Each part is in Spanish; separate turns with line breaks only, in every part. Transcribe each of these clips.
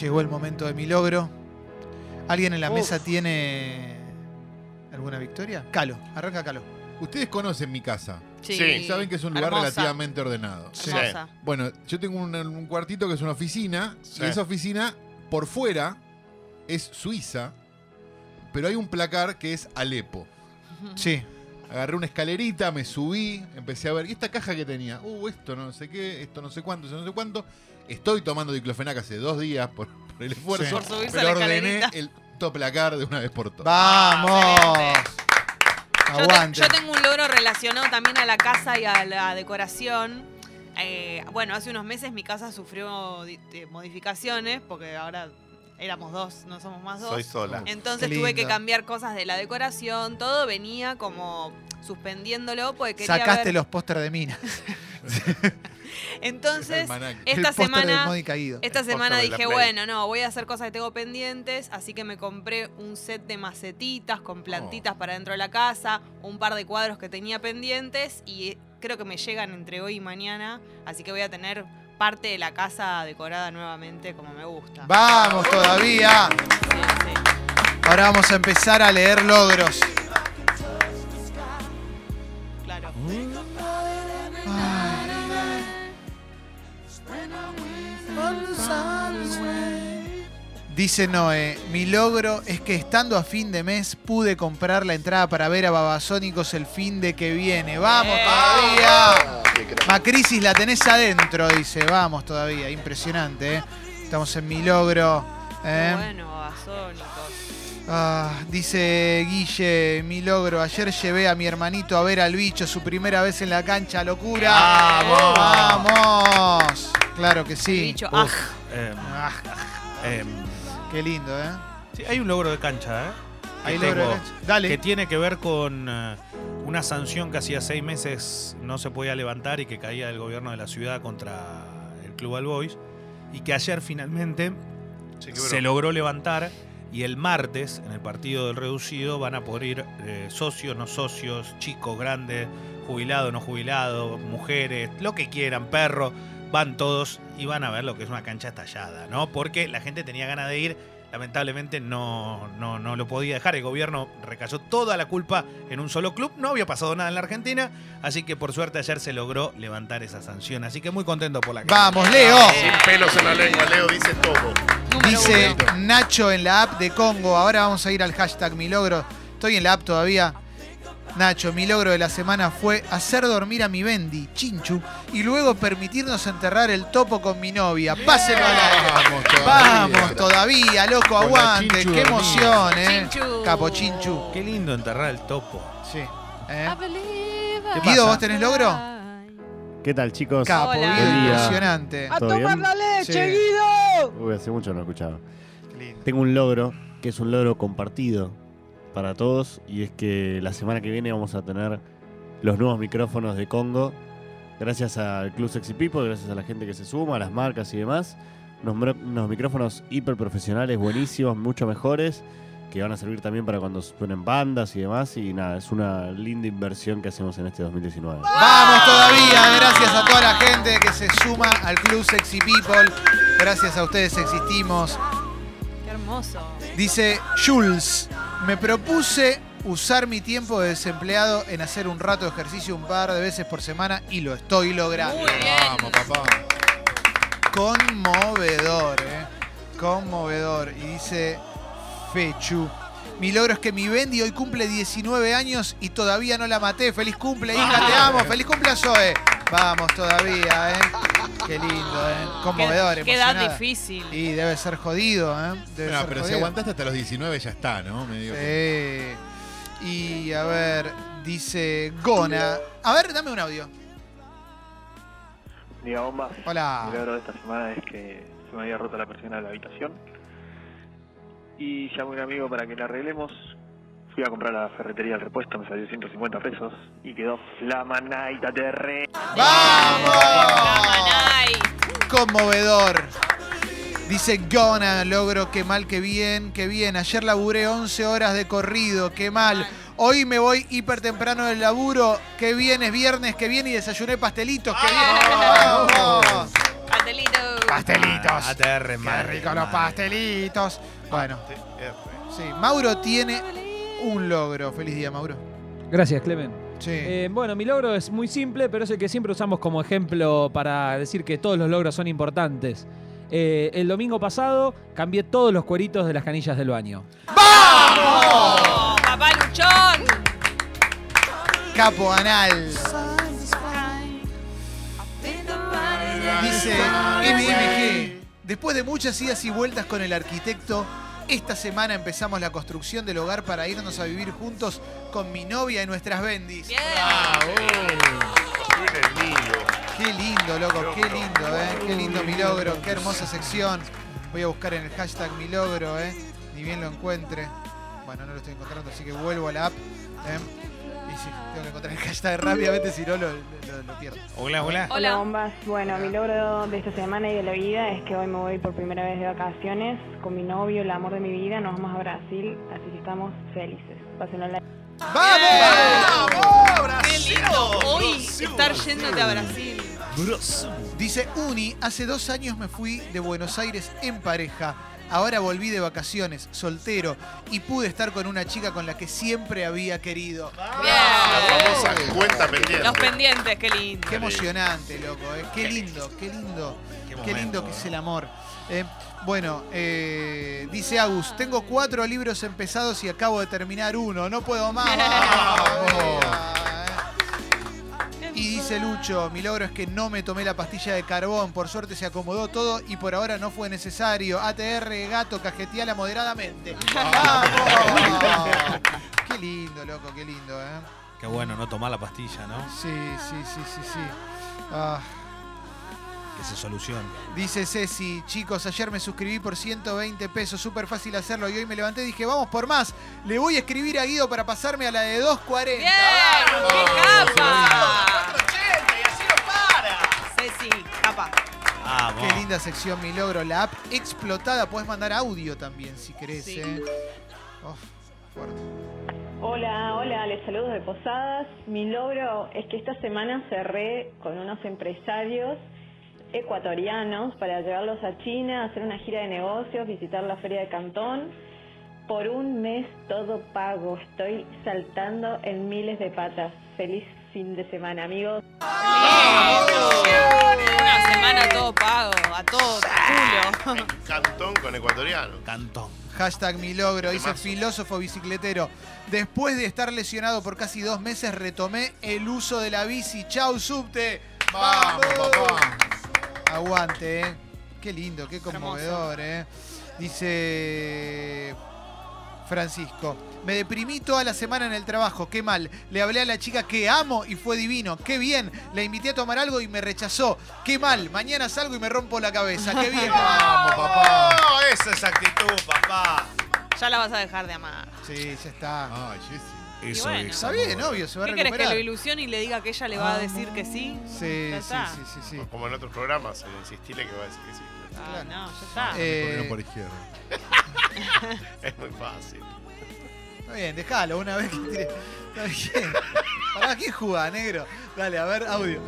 Llegó el momento de mi logro. ¿Alguien en la mesa tiene alguna victoria? Calo, arranca Calo.
Ustedes conocen mi casa.
Sí.
y Saben que es un lugar
Hermosa,
relativamente ordenado.
Sí.
hermosa.
Bueno, yo tengo un, un cuartito que es una oficina.
Sí.
Y esa oficina, por fuera, es Suiza. Pero hay un placar que es Alepo.
Sí.
Agarré una escalerita, me subí, empecé a ver. ¿Y esta caja que tenía? Uh, esto no sé qué, esto no sé cuánto, esto no sé cuánto. Estoy tomando diclofenac hace dos días por, por el esfuerzo.
Sí. Por
subirse
pero
a la
ordené
escalerita.
el puto placar de una vez por todas.
¡Vamos!
excelente. Yo, te-
Aguante.
yo tengo un logro relacionado también a la casa y a la decoración. Eh, bueno, hace unos meses mi casa sufrió di- eh, modificaciones porque ahora éramos dos, no somos más dos.
Soy sola.
Entonces
Qué
tuve que
lindo.
cambiar cosas de la decoración. Todo venía como suspendiéndolo porque quería
Sacaste
ver.
los póster de Mina.
Entonces,
Almanac.
eh, Esta
el póster
semana-
de Modi Caído.
Esta
El póster
semana
de la Play.
dije, bueno, no, voy a hacer cosas que tengo pendientes, así que me compré un set de macetitas con plantitas para dentro de la casa, un par de cuadros que tenía pendientes y eh, creo que me llegan entre hoy y mañana, así que voy a tener parte de la casa decorada nuevamente como me gusta.
¡Vamos todavía! Ahora vamos a empezar a leer logros.
Claro.
Dice Noé, mi logro es que estando a fin de mes pude comprar la entrada para ver a Babasónicos el fin de que viene. ¡Vamos
¡Eh!
todavía! Macrisis la tenés adentro, dice. Vamos todavía, impresionante. ¿eh? Estamos en mi logro. ¿eh?
Bueno, basónicos.
Ah, dice Guille, mi logro. Ayer llevé a mi hermanito a ver al bicho, su primera vez en la cancha, locura.
¡Vamos!
¡Vamos! Claro que
El
sí.
bicho,
Uf,
aj.
em,
Ah,
em,
qué lindo, ¿eh?
sí, hay un logro de cancha, ¿eh?
Ahí
Que
logro
tengo,
el gancho. Dale.
Que tiene que ver con eh, una sanción que hacía seis meses no se podía levantar y que caía del gobierno de la ciudad contra el Club All Boys. Y que ayer finalmente se logró levantar. Y el martes, en el partido del reducido, van a poder ir eh, socios, no socios, chicos, grandes, jubilados, no jubilados, mujeres, lo que quieran, perros. Van todos y van a ver lo que es una cancha estallada, ¿no? Porque la gente tenía ganas de ir, lamentablemente no, no, no lo podía dejar. El gobierno recayó toda la culpa en un solo club. No había pasado nada en la Argentina, así que por suerte ayer se logró levantar esa sanción. Así que muy contento por la cancha.
Vamos, Leo.
Sin pelos en la lengua, Leo dice todo.
Ah, Número
Dice
uno.
Nacho en la app de Congo. Ahora vamos a ir al hashtag mi logro. Estoy en la app todavía. Nacho, mi logro de la semana fue hacer dormir a mi Bendy, Chinchu, y luego permitirnos enterrar el topo con mi novia. Pásenlo al aire.
Vamos todavía.
Vamos todavía, loco,
Con la
aguante.
chinchu
Qué
dormida.
emoción, eh.
Chinchu.
Capo Chinchu.
Qué lindo enterrar el topo.
Sí. ¿eh?
¿Qué
Guido,
pasa?
¿vos tenés logro?
¿Qué tal, chicos?
Capo,
Hola.
Guido,
Buen día.
impresionante.
¿Todo bien?
Sí.
Uy, hace mucho no escuchaba. Tengo un logro, que es un logro compartido para todos, y es que la semana que viene vamos a tener los nuevos micrófonos de Congo. Gracias al Club Sexy People, gracias a la gente que se suma, a las marcas y demás. Unos, mro- unos micrófonos hiper profesionales, buenísimos, mucho mejores, que van a servir también para cuando suenen bandas y demás. Y nada, es una linda inversión que hacemos en este 2019.
Vamos todavía, gracias a toda la gente que se suma al Club Sexy People. Gracias a ustedes existimos.
Qué hermoso.
Dice Jules, me propuse usar mi tiempo de desempleado en hacer un rato de ejercicio un par de veces por semana y lo estoy logrando.
Muy bien.
Vamos, papá.
Conmovedor, ¿eh? Conmovedor. Y dice Fechu. Mi logro es que mi Bendy hoy cumple 19 años y todavía no la maté. Feliz cumple, hija, te amo. Feliz cumple a Zoe. Vamos todavía, ¿eh? Qué lindo, ¿eh? Conmovedor,
Qué edad
emocionada.
difícil.
Y debe ser jodido, ¿eh? Debe
No,
ser
pero si
jodido.
aguantaste hasta los 19 ya está, ¿no? Me digo que-
Sí. Y a ver, dice Gona. A ver, dame un audio.
Diga bombas.
Hola.
Mi logro de esta semana es que se me había roto la persiana de la habitación. Y llamé a un amigo para que la arreglemos. Fui a comprar a la ferretería el repuesto, me salió 150 pesos. Y quedó flamanaita de re.
¡Vamos!
Ramanay.
Conmovedor. Dice Gona, logro, qué mal, qué bien, qué bien. Ayer laburé 11 horas de corrido, qué mal. Hoy me voy hiper temprano del laburo, qué bien, es viernes, qué bien, y desayuné pastelitos, qué bien.
Ah.
¡Vamos!
Pastelito.
Pastelitos.
Ah, ATR,
Qué
madre,
rico los
madre.
pastelitos. Bueno,
TR.
sí. Mauro tiene un logro. Feliz día, Mauro.
Gracias, Clemen.
Sí.
Eh, bueno, mi logro es muy simple, pero es el que siempre usamos como ejemplo para decir que todos los logros son importantes. Eh, el domingo pasado cambié todos los cueritos de las canillas del baño.
¡Oh, papá Luchón!
Capo anal. Dice MMG. Después de muchas idas y vueltas con el arquitecto, esta semana empezamos la construcción del hogar para irnos a vivir juntos con mi novia y nuestras bendis.
Bien.
Estuve en el nido.
Qué lindo, loco, qué lindo, ¿eh? Qué lindo mi logro, qué hermosa sección. Voy a buscar en el hashtag mi logro, ¿eh? Ni bien lo encuentre. Bueno, no lo estoy encontrando, así que vuelvo a la app. ¿eh? Y sí, tengo que encontrar el hashtag rápidamente, si no lo, lo- lo pierdo.
Hola, hola.
Hola,
Hola.
bombas. Bueno, mi logro de esta semana y de la vida es que hoy me voy por primera vez de vacaciones con mi novio, el amor de mi vida. Nos vamos a Brasil, así que estamos felices. Pásenlo la...
¡Vamos!
Qué lindo hoy estar yéndote a Brasil.
Dice Uni, hace dos años me fui de Buenos Aires en pareja. Ahora volví de vacaciones, soltero, y pude estar con una chica con la que siempre había querido.
La
Bien.
famosa cuenta pendiente.
Los pendientes, qué lindo.
Qué emocionante, loco. ¿eh? Qué lindo, qué lindo. Qué lindo que es el amor. Eh, bueno, eh, dice Agus, tengo cuatro libros empezados y acabo de terminar uno. No puedo más. Vamos. Y dice Lucho, mi logro es que no me tomé la pastilla de carbón. Por suerte se acomodó todo y por ahora no fue necesario. ATR, gato, cajeteala moderadamente. ¡Vamos! Qué lindo, loco, qué lindo, ¿eh?
Qué bueno no tomar la pastilla, ¿no?
Sí, sí, sí, sí, sí. Ah.
Que se solucione.
Dice Ceci, chicos, ayer me suscribí por 120 pesos, súper fácil hacerlo y hoy me levanté y dije, vamos por más, le voy a escribir a Guido para pasarme a la de 2.40.
Bien, qué capa. Ceci, capa.
Vamos.
Qué linda sección, mi logro, la app explotada, puedes mandar audio también si querés.
Sí.
eh. Uf, fuerte.
Hola, hola, les saludo de Posadas. Mi logro es que esta semana cerré con unos empresarios ecuatorianos para llevarlos a China, hacer una gira de negocios, visitar la feria de Cantón. Por un mes todo pago, estoy saltando en miles de patas. Feliz fin de semana, amigos.
Una semana todo pago, a todo culo.
Cantón con ecuatoriano.
Cantón.
Hashtag mi logro, dice
Temazo.
filósofo bicicletero. Después de estar lesionado por casi dos meses, retomé el uso de la bici. Chau, subte.
Vamos, papá.
Aguante, ¿eh? Qué lindo, qué conmovedor, ¿eh? Dice Francisco. Me deprimí toda la semana en el trabajo, qué mal. Le hablé a la chica que amo y fue divino, qué bien. La invité a tomar algo y me rechazó, qué mal. Mañana salgo y me rompo la cabeza, qué bien.
Vamos, papá.
Esa es actitud, papá.
Ya la vas a dejar de amar.
Sí, ya está.
Ay, Jessy.
Eso
bueno.
es.
Está bien,
amor.
obvio, se va a
¿Qué querés que
recuperar.
lo ilusione y le diga que ella le va a decir que sí?
Sí, sí,
Ya está.
sí, sí, sí.
Como en otros programas, eh, insistile que va a decir que sí.
Ah, no, ya está.
Eh,
Corrieron por izquierda.
Es muy fácil.
Está bien, dejalo una vez que tire. Está bien. ¿Para qué juega, negro? Dale, a ver, audio.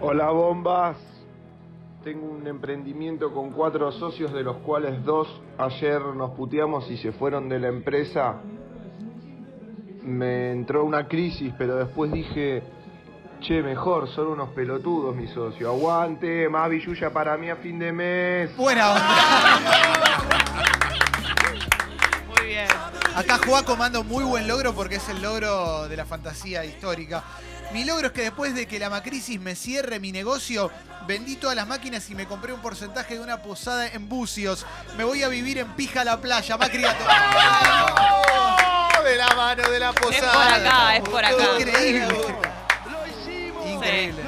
Hola bombas, tengo un emprendimiento con cuatro socios de los cuales dos ayer nos puteamos y se fueron de la empresa. Me entró una crisis, pero después dije, che, mejor, son unos pelotudos mis socios. Aguante, más billulla para mí a fin de mes.
Buena onda.
Muy bien.
Acá Juaco manda un muy buen logro porque es el logro de la fantasía histórica. Mi logro es que después de que la macrisis me cierre mi negocio, vendí todas las máquinas y me compré un porcentaje de una posada en Bucios. Me voy a vivir en Pija la Playa, Macriato. De la mano de la
Es por acá, es por acá.
Increíble. Increíble.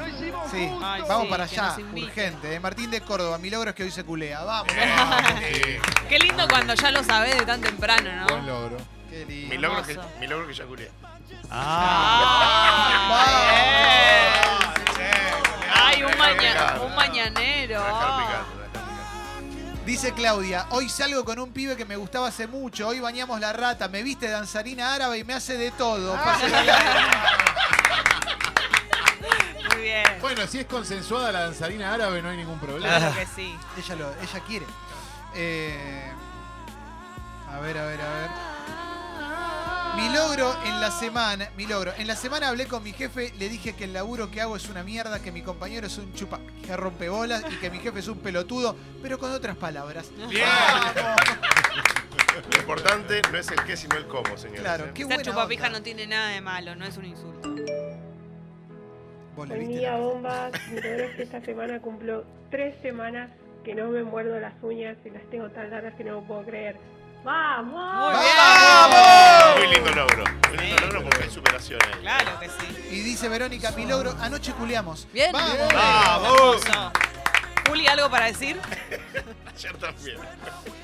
Sí,
Ay,
vamos
sí,
para
que
allá,
nos inviten.
urgente. eh. Martín de Córdoba, mi logro es que hoy se culea. Vamos.
Sí,
Qué lindo cuando ya lo sabés de tan temprano,
Buen
¿no?
logro.
Qué lindo.
Mi logro, que,
Hermoso.
mi logro que ya curé.
Ah, bien. Ay, un,
Dejar
maña-
picando.
un mañanero.
Dejar picando, dejar picando.
Dice Claudia, hoy salgo con un pibe que me gustaba hace mucho, hoy bañamos la rata, me viste
Ah.
danzarina árabe y me hace de todo. Pase-
Muy Muy bien.
Bueno, si es consensuada la danzarina árabe, no hay ningún problema.
Claro que sí.
Ah. Ella, lo, ella quiere. Eh, a ver, a ver, a ver. Mi logro en la semana. Mi logro. En la semana hablé con mi jefe, le dije que el laburo que hago es una mierda, que mi compañero es un chupa que rompe bolas y que mi jefe es un pelotudo, pero con otras palabras.
Bien.
Vamos.
Lo importante no es el qué, sino el cómo, señores.
Claro,
¿eh?
qué
Ser
buena
chupapija
onda.
no tiene nada de malo, no es un insulto.
Vos la
Buen
viste,
día,
la-
bombas. Mi logro es que esta semana cumplo tres semanas que no me muerdo las uñas y las tengo tan largas que no lo puedo creer. ¡Vamos!
Muy bien.
Muy lindo logro. Muy lindo logro porque hay superación ahí.
Claro que sí.
Y dice Verónica, mi logro, anoche culeamos.
Bien.
Vamos.
¡Vamos!
Hermoso. Juli, ¿algo para decir?
Ayer también.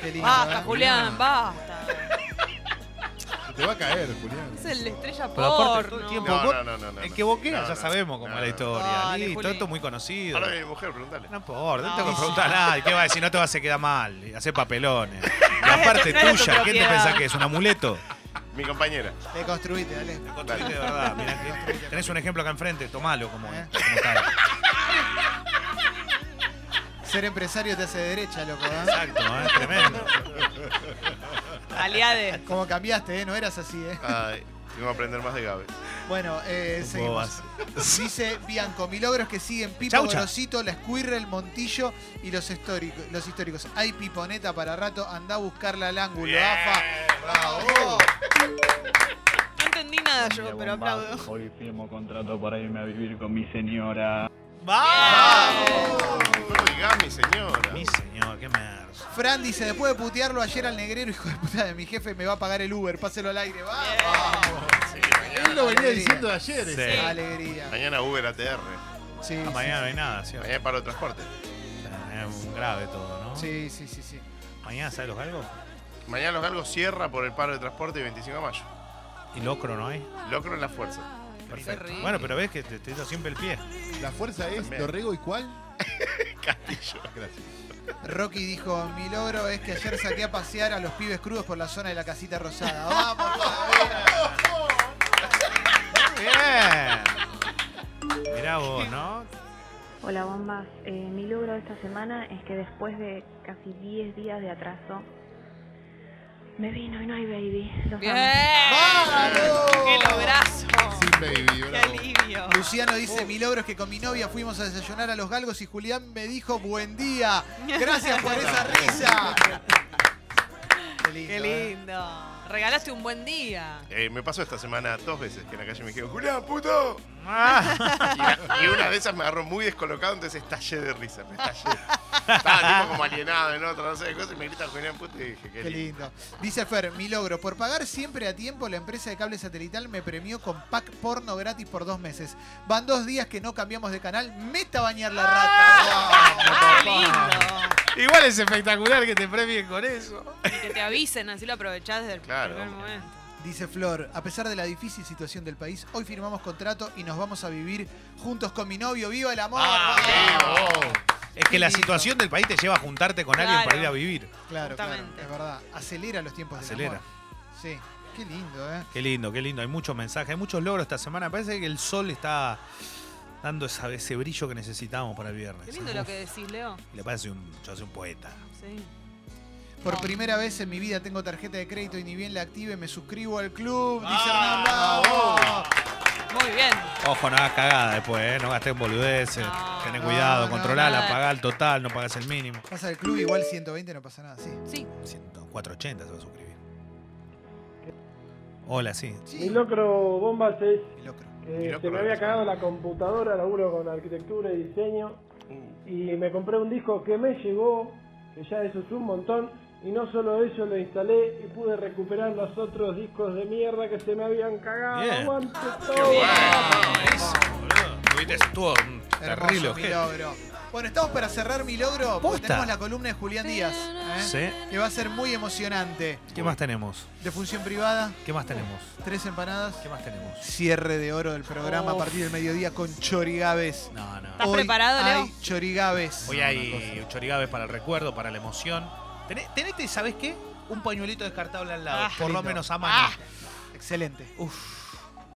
Qué lindo,
Basta,
¿eh?
Julián, basta.
Se Te va a caer, Julián.
Es el estrella
Pero aparte, todo el
porno.
tiempo-
No, no, no, no, no.
El que boquea
No, no,
ya sabemos cómo
no,
es la
no.
historia.
Dale,
Listo,
Juli.
esto es muy conocido.
Ahora mi mujer, preguntale.
No importa, no tengo
Ah.
que preguntar nada. ¿Y ¿Qué va a decir? No te vas a quedar mal. Y hacer papelones. Y
No es
aparte
de tu- no es de tu
tuya, ¿qué te
propiedad.
pensás que es? ¿Un amuleto?
Mi compañera.
Te construiste, dale.
Construite de verdad. mirá que- tenés un ejemplo acá enfrente, tomalo como,
¿Eh?
como tal.
Ser empresario te hace derecha, loco, ¿eh?
Exacto, ¿eh? tremendo.
Aliade.
Como cambiaste, ¿eh? No eras así, ¿eh?
Ay, tengo que aprender más de Gabe.
Bueno, eh, seguimos.
Bobas.
Dice Bianco, mi logro es que siguen Pipo
Chau, chau.
Gorosito, la Squirrel, Montillo y los históricos. Los históricos. Hay piponeta para rato, anda a buscarla al ángulo,
Bien.
AFA. Bravo.
No entendí nada yo, pero aplaudo.
Hoy firmo contrato para irme a vivir con mi señora.
¡Vamos! No digas, mi señora.
Mi señor, qué merda.
Fran dice, después de putearlo ayer al negrero, hijo de puta de mi jefe, me va a pagar el Uber, páselo al aire. Vamos.
Sí,
Él
mañana,
lo venía
Alegría.
diciendo ayer.
Sí.
Qué
Ah,
Alegría.
mañana Uber ATR.
Sí,
Ah, mañana no hay nada, ¿cierto?
Mañana paro de transporte.
Mañana Es un grave todo, ¿no?
sí, sí, sí, sí.
Mañana, ¿sabes los galgos?
Mañana los galgos cierra por el paro de transporte y 25 de mayo.
Y locro no hay.
Locro en la fuerza.
Perfecto.
horrible.
Bueno, pero ves que te, te hizo siempre el pie.
¿eh? La fuerza es
También.
Dorrego y cuál?
Castillo.
Gracias.
Rocky dijo, mi logro es que ayer saqué a pasear a los pibes crudos por la zona de la casita rosada. Vamos. todavía.
Bien. Mirá vos, ¿no?
Hola, bombas. Eh, mi logro de esta semana es que después de casi 10 días de atraso, me vino y no hay baby. Los
Bien.
amo.
¡Vamos!
¡Qué lograzo!
Sin baby,
¡Qué
bravo.
alivio!
Luciano dice, mi logro es que con mi novia fuimos a desayunar a los galgos y Julián me dijo, buen día. Gracias por esa risa. Qué lindo.
¡Qué
¿eh?
lindo! Regalaste un buen día.
Eh, me pasó esta semana dos veces que en la calle me dijeron, Julián, puto.
Ah,
Y, la- y una de esas me agarró muy descolocado, entonces estallé de risa. Me estallé. Estaba tipo como alienado en otra, no sé qué cosa, y me grita Julián, puto. Y dije, qué
Qué
lindo.
lindo. Dice Fer, mi logro, por pagar siempre a tiempo, la empresa de cable satelital me premió con pack porno gratis por dos meses. Van dos días que no cambiamos de canal, meta a bañar la
¡Ah,
rata.
qué
Vamos,
lindo!
Igual es espectacular que te premien con eso.
Y que te avisen, así lo aprovechás desde el
Claro.
primer momento.
Dice Flor, a pesar de la difícil situación del país, hoy firmamos contrato y nos vamos a vivir juntos con mi novio. ¡Viva el amor!
Ah,
¡Vamos!
Es que la
Lindo.
situación del país te lleva a juntarte con alguien
Claro.
para ir a vivir.
Claro, claro,
Justamente.
es verdad. Acelera los tiempos
Acelera.
del amor. Sí, qué lindo, ¿eh?
Qué lindo, qué lindo. Hay muchos mensajes, hay muchos logros esta semana. Parece que el sol está dando esa- ese brillo que necesitamos para el viernes.
Qué lindo lo que decís, Leo.
Y le parece un, yo soy un poeta.
Sí.
Por primera vez en mi vida tengo tarjeta de crédito y ni bien la active me suscribo al club. Dice Hernán
Ah,
Bravo.
Muy bien.
Ojo, no hagas cagada después, ¿eh? no gastes en boludeces.
No.
Tené
No,
cuidado,
no,
controlala,
nada.
pagá el total, no pagás el mínimo.
Pasa el club igual 120, no pasa nada, sí.
100, 480 se va a suscribir. Hola, sí.
Sí,
Mi locro bombas es
el locro.
que
locro
Eh, se me
de
había
los
cagado la computadora, laburo con arquitectura y diseño, y me compré un disco que me llegó, que ya eso es un montón, y no solo eso, lo instalé y pude recuperar los otros discos de mierda que se me habían cagado.
Bien.
Aguante
Ah, Qué
todo.
Ah,
bueno.
boludo. Tuviste estuvo un terrible
Hermoso mi
objeto.
logro. Bueno, estamos para cerrar mi logro porque
Posta.
tenemos la columna de Julián Díaz. ¿eh?
Sí.
Que va a ser muy emocionante.
¿Qué más tenemos?
De función privada,
¿Qué más tenemos?
tres empanadas.
¿Qué más tenemos?
Cierre de oro del programa a partir del mediodía con Chorigaves.
No, no.
¿Estás preparado, Leo?
Hay Chorigaves.
Hoy hay chorigabes para el recuerdo, para la emoción. Tené- Tenete, ¿sabes qué? Un pañuelito descartable al lado,
Ah,
por lo
lindo.
menos a mano.
Excelente.
Uf.